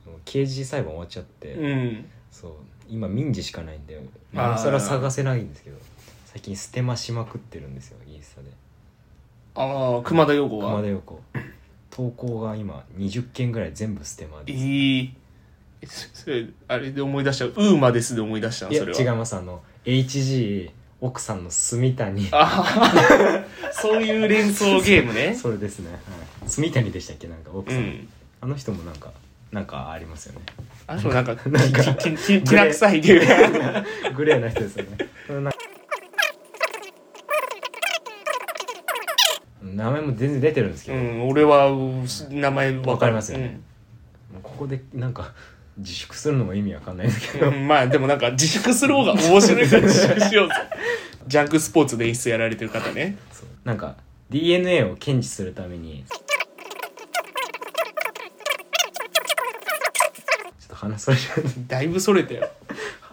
もう刑事裁判終わっちゃって、
うん
そう今民事しかないんで
あー
なおさら探せないんですけど最近ステマしまくってるんですよインスタで
ああ熊田陽子は
熊田曜子投稿が今20件ぐらい全部ステマ
え
です
ー、えそそれあれで思い出したウーマですで思い出したの
いや
それは
違いますあの HG 奥さんの住谷
あははそういう連想ゲームね
[laughs] それですね、はい、住谷でしたっけなんか奥
う
さん、
ん
あの人もなんかなんかありますよね [laughs]
あとなんかき
なんか
ききき気楽さいゲーム
グレーな人ですよねそのな名前も全然出てるんですけ
う
ど、
ん俺はう名前わ
わかりますよ
う
ね
ん
もうここでなんか [laughs] 自粛するのも意味わかんないですけど、
うんまあでもなんか自粛する方が面白いから自粛しようぜジャンクスポーツで演出やられてる方ね
そうなんか DNA を検知するために話それちゃう
だいぶそれたよ。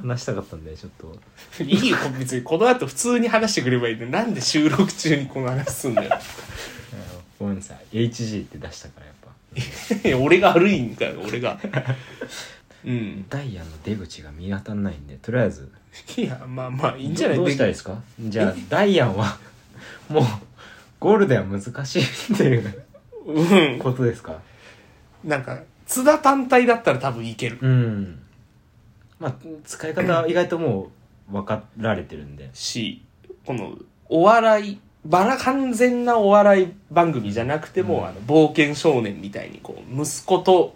話したかったんでちょっと
いいよ、別にこの後普通に話してくればいいのになんで収録中にこの話すんだよ。
ごめんなさい HG って出したからやっぱ
いや俺が悪いんかよ、俺が。うん。
ダイヤの出口が見当たんないんでとりあえず
いや、まあまあ、いいんじゃない
どうしたらいいですかじゃあダイヤンはもうゴールデンは難しいっていう
うん。
ことですか
なんか、津田単体だったら多分いける。
うんまあ使い [clears throat] 方は意外ともう分かられてるんで
し、この、お笑い、バラ、完全なお笑い番組じゃなくても、
うん
あの、冒険少年みたいに、こう、息子と、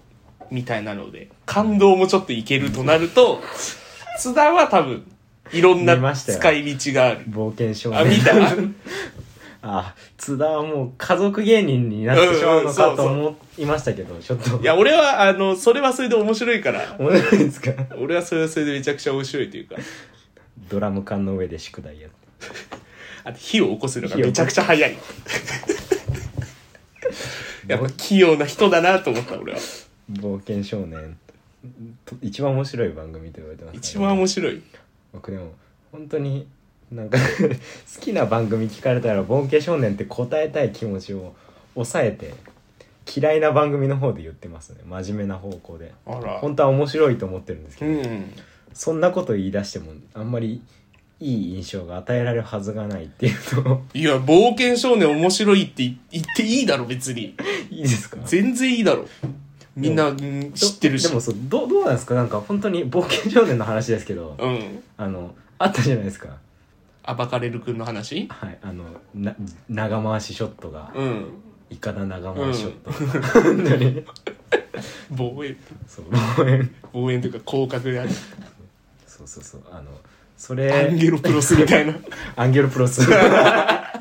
みたいなので、感動もちょっといけるとなると、津田は多分、いろん
見
な
ましたよ
使い道がある。
冒険少年
あ、見た
[laughs]
[laughs]
あ津田はもう家族芸人になってしまうの
うんうんそうそう
かと思いましたけどちょっと
いや、俺は、あの、それはそれで面白いから、
面白いですか
俺はそれはそれでめちゃくちゃ面白いというか、
ドラム缶の上で宿題やって
あと火を起こすのがめちゃくちゃ早い。 [laughs] やっぱ器用な人だなと思った、俺は。
冒険少年と一番面白い番組と言われてますからね、
一番面白い。
僕でも本当になんか [laughs] 好きな番組聞かれたら「冒険少年」って答えたい気持ちを抑えて嫌いな番組の方で言ってますね真面目な方向で
あら。
本当は面白いと思ってるんですけ
う
ど、
ん。
そんなこと言い出してもあんまりいい印象が与えられるはずがないっていうのを [laughs]
いや、冒険少年面白いってい言っていいだろ、別に。
いいですか
全然いいだろ。みんな、うん知ってるし。
でもそうどうどうなんですかなんか本当に冒険少年の話ですけど
うん。
あのあったじゃないですか
暴かれる君の話
はいあのな長回しショットが
うん。
イカダ長回しショット、 [laughs] 本当に
防衛、
そう望遠
防衛というか広角である。
そうそうそうあのそ
アン
れ
ゲロプロスみたいな。
アンゲルプロス
[laughs] ア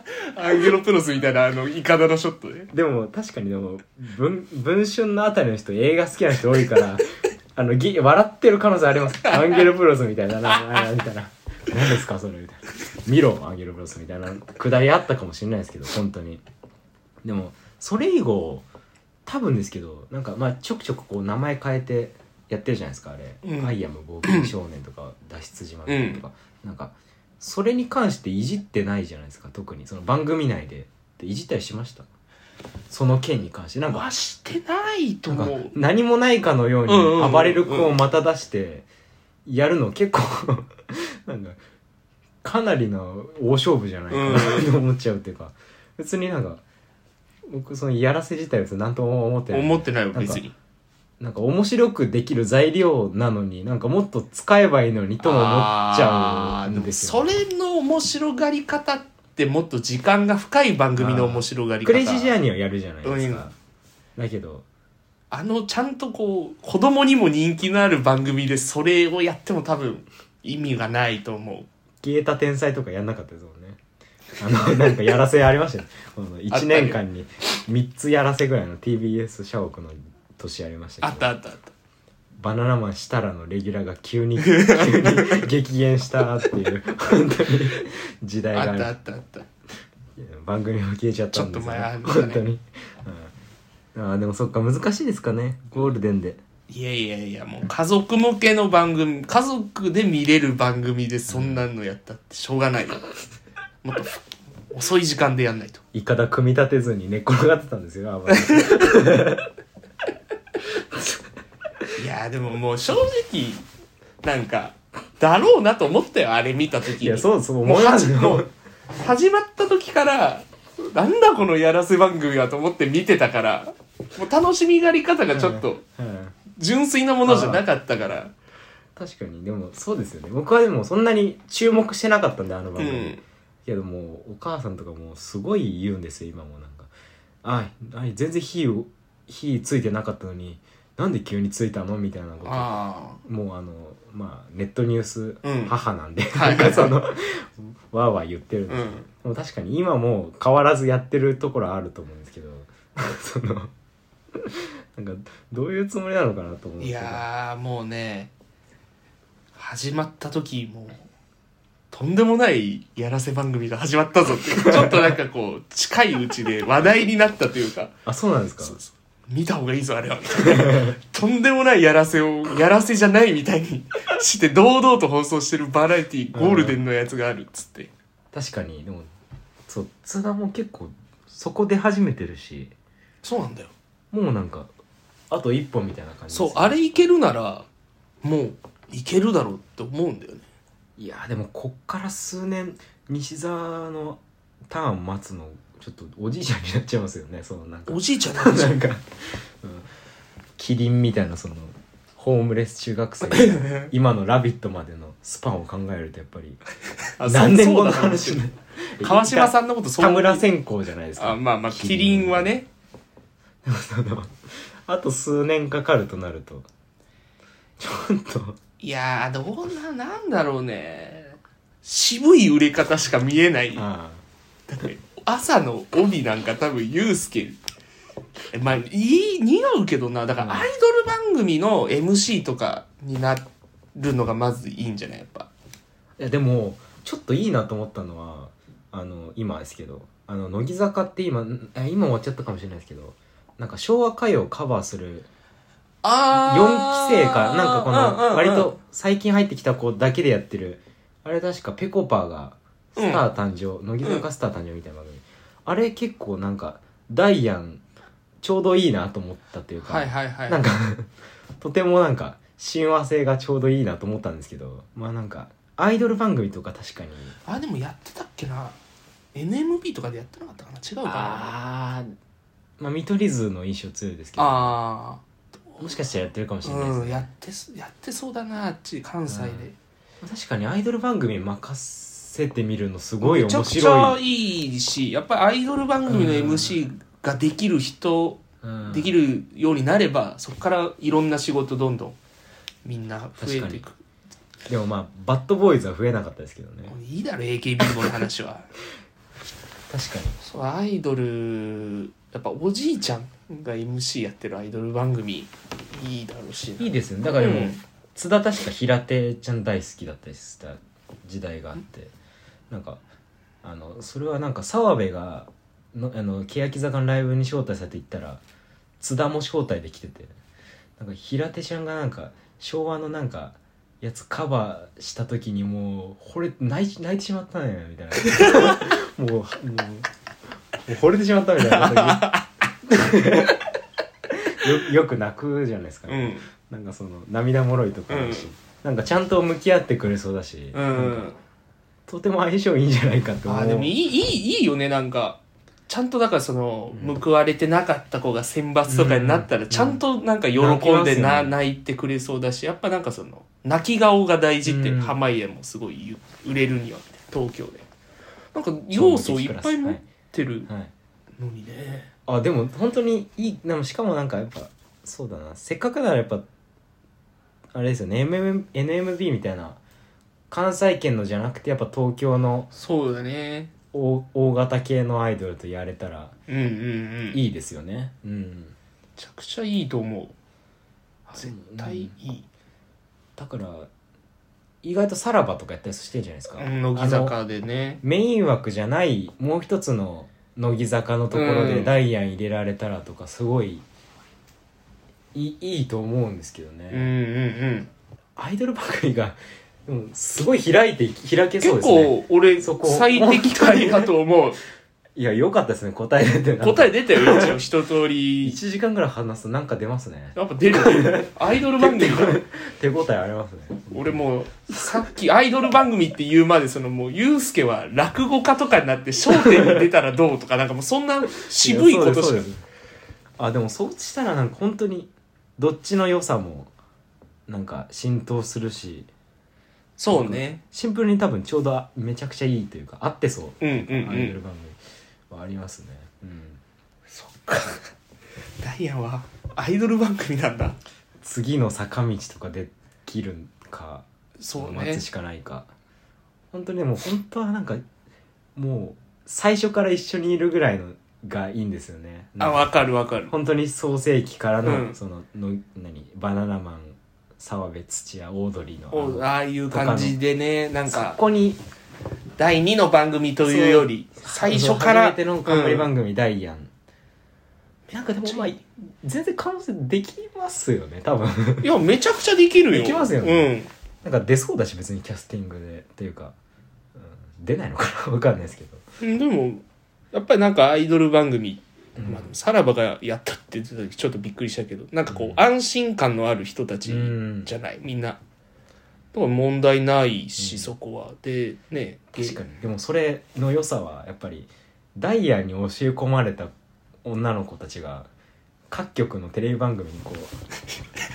ンゲロプロスみたいな、あの、イカダのショットで。
でも確かにでも文文春のあたりの人映画好きな人多いから [laughs] あのぎ笑ってる可能性あり
[laughs]
ますアンゲルプロスみたいだなあみたいな何ですかそれみたいな見ろアンゲルプロスみたいなくだりあったかもしれないですけど本当にでもそれ以後多分ですけどなんかまあちょくちょくこう名前変えてやってるじゃないですかあれ「
うん
アイアム冒険少年」とか「脱出島」とか、なんかそれに関していじってないじゃないですか特にその番組内でっていじったりしましたその件に関してなんか
はしてないと
なんか
思う。
何もないかのよう
うんうんうんうん
に暴れる子をまた出してやるの結構 [laughs] なんかかなりな大勝負じゃないかな
うん
と思っちゃうっていうか別になんか僕そのやらせ自体は別に何とも思ってない
思ってないよ、
なんか
別に。
なんか面白くできる材料なのになんかもっと使えばいいのにとも思っちゃ
あ
う
ーで
ん
も
です
そ
よ。
れの面白がり方ってもっと時間が深い番組の面白がり方。
クレイジージャーニーはやるじゃないです
うん
か。だけど
あの、ちゃんとこう、子供にも人気のある番組でそれをやっても多分意味がないと思
[laughs] たけど
う。あったあったあった。
バナナマン設楽のレギュラーが急に急に激減したっていう本当に時代
あ
が
ったあったあった。
番組も消えちゃったんですよ、
ちょっと前ありました
本
ね
当に、うん、あーでもそっか難しいですかねゴールデンで
いやいやいや、もう家族向けの番組、家族で見れる番組でそんなのやったってしょうがないよ。もっとふ遅い時間でやんないと。
いかだ組み立てずに寝っ転がってたんですよ暴
[laughs]
れて
いやでももう正直、なんか、だろうなと思ったよ、あれ見た時に。
いやそうそう
も
思
う
いま
は
す
じもう
よ
始まった時から、なんだこのやらせ番組はと思って見てたから、もう楽しみがり方がちょっと
うん
純粋なものじゃなかったから、
確かにでもそうですよね僕はでもそんなに注目してなかったんであの
う
番組、
ん。
けどもうお母さんとかもうすごい言うんですよ今もなんか「あいあい全然火を火ついてなかったのになんで急についたの?」みたいなこと
あ
もうあのまあネットニュース
うん
母なんで、
はい
なんかそのわーわー言ってるん
あ。
で
う
す、
ん。
でも確かに今も変わらずやってるところはあると思うんですけど [laughs] そのなんかどういうつもりなのかなと思うんで
い
すけど
やーもうね、始まった時もう、とんでもないやらせ番組が始まったぞっていう、ちょっとなんかこう、近いうちで話題になったというか、
あそうなんですか
そうそう見た方がいいぞあれはみたいなとんでもないやらせをやらせじゃないみたいにして堂々と放送してるバラエティーゴールデンのやつがあるっつって、
確かにでもそう津田も結構そこ出始めてるし
そうなんだよ
もうなんかあと一歩みたいな感じです
そうあれいけるならもういけるだろうって思うんだよね
いやーでもこっから数年西澤のターン待つのちょっとおじいちゃんになっちゃいますよねそのなんか
おじいちゃんなんじゃ
なんんか、うん、キリンみたいなそのホームレス中学生
[laughs]
が今の「ラビット!」までのスパンを考えるとやっぱり
あそう
何年後の
そうだなって
話になる
川島
ん
さんのこと
田村線香じゃないですか
あまあまあキリンはね
でもそのあと数年かかるとなるとちょっと
いやーどうななんだろうね渋い売れ方しか見えない
あ
だって朝の帯なんか多分ユうスケまあいい似合うけどなだから
うん
アイドル番組の MC とかになるのがまずいいんじゃないやっぱ
あいやでもちょっといいなと思ったのはあの今ですけどあの乃木坂って今んえ今終わっちゃったかもしれないですけどなんか昭和歌謡をカバーする
あ
4期生かなんかこの割
うんうんうん
と最近入ってきた子だけでやってるあれ確かぺこぱがスター誕生、乃木坂スター誕生みたいな番組、あれ結構なんかダイアンちょうどいいなと思ったというか、
はいはいはい
なんか [laughs] とてもなんか親和性がちょうどいいなと思ったんですけどまあなんかアイドル番組とか確かに
あでもやってたっけな NMB とかでやってなかったかな違うかな
あーまあ見取り図の印象強いですけど
あ
もしかしたらやってるかもし
ー
れないですね
うん、やってすやってそうだなあっち関西で、
うん確かにアイドル番組任せてみるのす
す
ごい
めちゃ
面
くちゃ
白い、
いいしやっぱりアイドル番組の MC ができる人、
うん
できるようになればそこからいろんな仕事どんどんみんな増えていく
でもまあバッドボーイズは増えなかったですけどね
いいだろ AKB の話は [laughs]
確か
そうアイドルやっぱおじいちゃんが MC やってるアイドル番組いいだろうし
にいいで
で
すよねだからでも、
うん
津田確か平手ちゃん大好きだったりした時代があってなんかあのそれはなんか澤部がのあの欅坂のライブに招待されて行ったら津田も招待できててなんか平手ちゃんがなんか昭和のなんかやつカバーした時にもう惚れ泣い泣いてしまったねみたいな [laughs] もうもうもう惚れてしまったみたいな [laughs] よよく泣くじゃないですか、
うん
なんかその涙もろいとこあるし、
うん
なんかちゃんと向き合ってくれそうだし、
う
なんか
ん
とても相性いいんじゃないかって
あ
思う
ーでもいいいいいいよねなんかちゃんとだからその
うん
報われてなかった子が選抜とかになった
う
ら
ん
ちゃんとなんか喜んでな、
泣きますよね
泣いてくれそうだしやっぱなんかその泣き顔が大事って
うん
濱家もすごい言う売れるには東京でなんか要素いっぱい持ってる
はい、
のにね
あでも本当にいいでもしかもなんかやっぱそうだなせっかくならやっぱあれですよね MM NMB みたいな関西圏のじゃなくてやっぱ東京の
そうだね
大大型系のアイドルとやれたら
うんうんうんめ
いいですよねうん
ちゃくちゃいいと思う絶対いい、
だから意外とさらばとかやったりしてるじゃないですか
うん乃木坂でね
メイン枠じゃないもう一つの乃木坂のところ
う
で
ん
ダイアン入れられたらとかすごいいいいいと思うんですけどね、
うんうんうん
アイドルばかりが [laughs] でもすごい開いて開けそう
結
ですね
構俺
そこ
最適解だと思う
いや良かったですね答え出て
答
え
え出たよ一応一
[laughs]
通り
1時間ぐらい話すとなんか出ますね
やっぱ出るねアイドル番組だ
手応えありますね
俺もうさっきアイドル番組って言うまでそのもうユうスケは落語家とかになって『笑点』に出たらどうとかなんかもうそんな渋いこと
やそう
し
で
か
すそうですあでもそうしたらなんか本当にどっちの良さもなんか浸透するし
そうね
シンプルに多分ちょうどめちゃくちゃいいというか合ってそう
うんうんう
アイドル
ん
番組はありますね、うん、
ダイアンはアイドル番組なんだ
次の坂道とかできるか
そう
待
ね
つしかないか本当にもう本当はなんかもう最初から一緒にいるぐらいのがいいんですよね
あわかるわかる
本当に創世紀からの、
うん
そのの何バナナマン澤部土屋オードリーの
お
あ
ああいう感じでねなん
のそ
か
こに
第2の番組というより最初から
初めての冠番組、ダイアン
め
なんかでもまあ全然完成できますよね多分
いや、めちゃくちゃできるよ。
できますよ
ね
ね。なんか出そうだし別にキャスティングでっていうか、うん、出ないのかなわかんないですけど、
うん。でも、やっぱりなんかアイドル番組、
うん
まあ、さらばがやったって言ってた時ちょっとびっくりしたけど、なんかこう、安心感のある人たち
うん
じゃない、みんな。だから問題ないし、
うん
そこは。で、ね、
確かにでもそれの良さはやっぱりダイヤに教え込まれた女の子たちが各局のテレビ番組にこ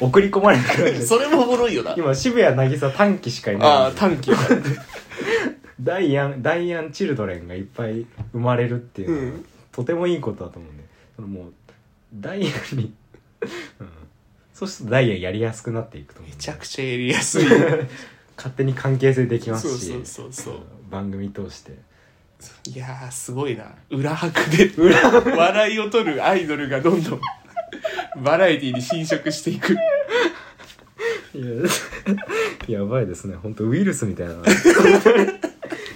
う [laughs] 送り込まれてくるわけ
に
です
それもおもろいよな。
今渋谷渚短期しかい
あ
な
あ、
い
短 [laughs] 期やから
ダイアンダイアン・チルドレンがいっぱい生まれるっていうのは、
うん
とてもいいことだと思うんでそのもうダイアンに、うん、そうするとダイアンやりやすくなっていくと思う
め
んで
ちゃくちゃやりや [laughs] すい。
勝手に関係性できますし
そうそうそうそう
うん番組通して
いやー、すごいな。裏拍で、笑いを取るアイドルがどんど [laughs] ん、バラエティに侵食していく。
いや [laughs] やばいですね本当ウイルスみたい [laughs] な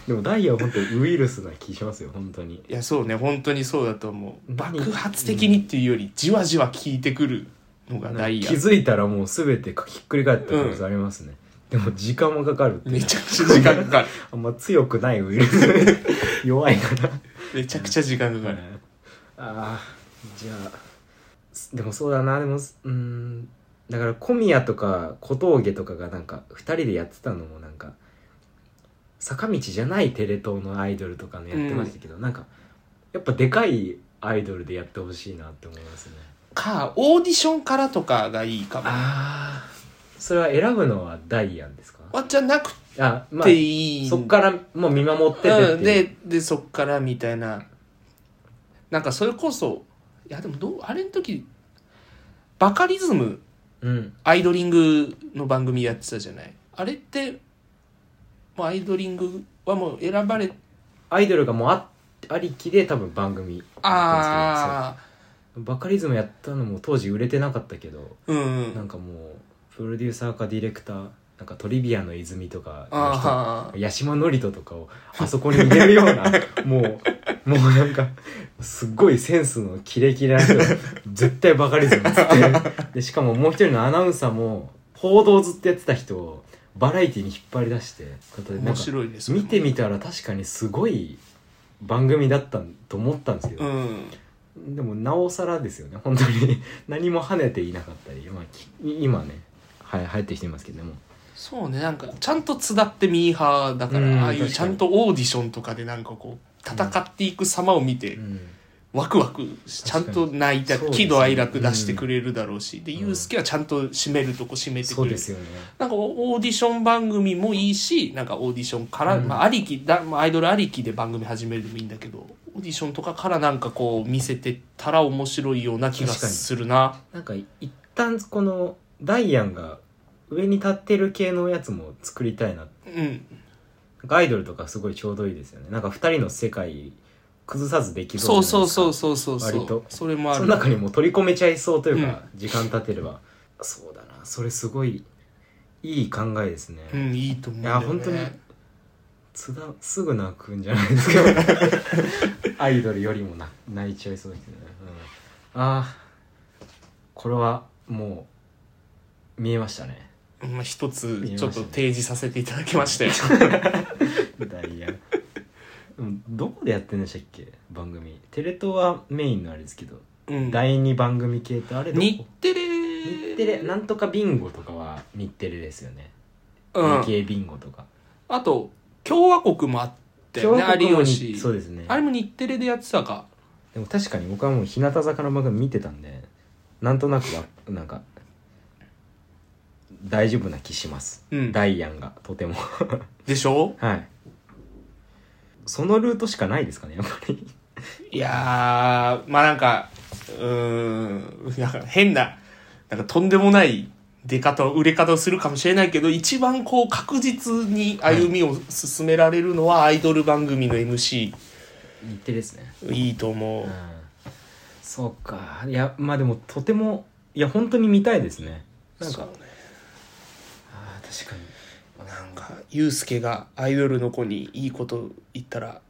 でもダイヤは本当ウイルスな気しますよ本当に
いやそうね本当にそうだと思う
何
爆発的にっていうよりじわじわ効いてくるのがダイヤ
気づいたらもう全てひっくり返った可能性ありますね、でも時間もかかるっていう
めちゃくちゃ時間か
[laughs]
かる
あんま強くないウイル
[laughs]
ス弱いから
めちゃくちゃ時間かかる
あーじゃあすでもそうだなでもすうーんだから小宮とか小峠とかがなんか2人でやってたのもなんか坂道じゃないテレ東のアイドルとかのやってましたけど、なんかやっぱでかいアイドルでやってほしいなって思いますね
かオーディションからとかがいいかも
ああそれは選ぶのはダイアンですか
あじゃなく
あまあ
ていい、
そっからもう見守っててっていう
うん、ででそっからみたいななんかそれこそいやでもどうあれの時バカリズム
うん
アイドリングの番組やってたじゃないあれってもうアイドリングはもう選ばれ
アイドルがもうあありきで多分番組やったんですけどそう
ああ
バカリズムやったのも当時売れてなかったけど、
うんう
なん
ん
かもうプロデューサーかディレクターなんかトリビアの泉とか
ああ
八島智人とかをあそこに入れるよう
[laughs]
なもうもうなんかすっごいセンスのキレキレな人が絶対バカリズムっつってでしかももう一人のアナウンサーも報道ずっとやってた人をバラエティに引っ張り出してなん
面
か
白いです
見てみたら確かにすごい番組だったと思ったんですけど、
うん
でもなおさらですよね本当に [laughs] 何も跳ねていなかったり、まあ、き今ねはい入ってきてますけども
そうねなんかちゃんと津田ってミーハーだから、
うん
ああい
確
う
かに
ちゃんとオーディションとかでなんかこう戦っていく様を見て、
うん
ワクワクしちゃんと泣いた、
そうですね
喜怒哀楽出してくれるだろうし、で
うん
ユースケはちゃんと締めるとこ締めて
そ
く
う
れ
で
る
すよね
なんかオーディション番組もいいしなんかオーディションから、
うん
まあ、ありきだまあアイドルありきで番組始めるでもいいんだけどオーディションとかからなんかこう見せてったら面白いような気が
確かに
するな
なんか一旦このダイアンが上に立ってる系のやつも作りたいな
うん
なんかアイドルとかすごいちょうどいいですよねなんか2人の世界崩さずでき
そうそう
じゃな
そ
いうですか
そうそうそ
割と
うそれもあ
そ
る
の中にもう取り込めちゃいそうというか、時間経てればそうだなそれすごいいい考えですね、
うんいいと思うんだよ、
い
ね、
や本当に津田すぐ泣くんじゃないですかアイドルよりもな泣いちゃいそうですね、うん、あーこれはもう見えましたね
まあ、一つ
見えまし
ち
た
ょ
ね
っと提示させていただきまして
ダイヤでもどこでやってんでしたっけ番組テレ東はメインのあれですけど、
うん
第2番組系ってあれどこ
日テレ
日テレなんとかビンゴとかは日テレですよね、
うん
日系ビンゴとか
あと共和国もあったよね
共
有
和国も
吉
そうですね
あれも日テレでやってたか
でも確かに僕はもう日向坂の番組見てたんでなんとなくはなんか大丈夫な気します、
うん
ダイアンがとても [laughs]
でしょ
はいそのルートしかないですかねやっぱり
いやー、まあなんか、うーん、なんか変な、なんかとんでもない出方、売れ方をするかもしれないけど、一番こう確実に歩みを進められるのはアイドル番組の MC、
日テレですね
いいと思う
うん。そうかいやまあでもとてもいや本当に見たいですねなん
そう
か
ね
あー確かに
なんか、ゆうすけがアイドルの子にいいこと言ったら、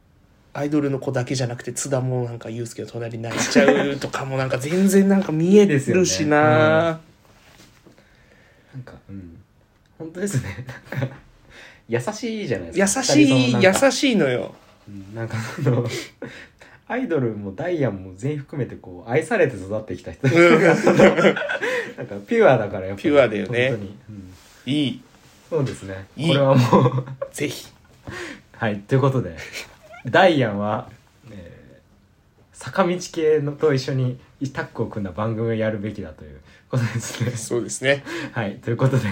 アイドルの子だけじゃなくて津田もなんか祐介の隣に泣いちゃう
[laughs]
とかもなんか全然なんか見え
ですよね
るしな、
なんかうん本当ですねなんか優しいじゃない
優
ですか
し
二
い
人ともなんか
優しいのよ
うんなんかあのアイドルもダイヤンも全員含めてこう愛されて育ってきた人 [laughs] なんかピュアだからやっぱり
ピュアだよね
本当に、うん
いい
そうですね
いい
これはもう
ぜひ
はいということでダイヤンは、えー坂道系のと一緒にタッグを組んだ番組をやるべきだということですね
そうですね
はい、ということで、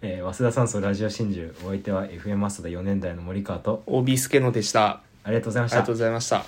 えー、早稲田山荘ラジオ真珠お相手は FM マスター4年代の森川と
OB 助野でしたあ
ありがとうございまし
りが
た
とうご。ざいました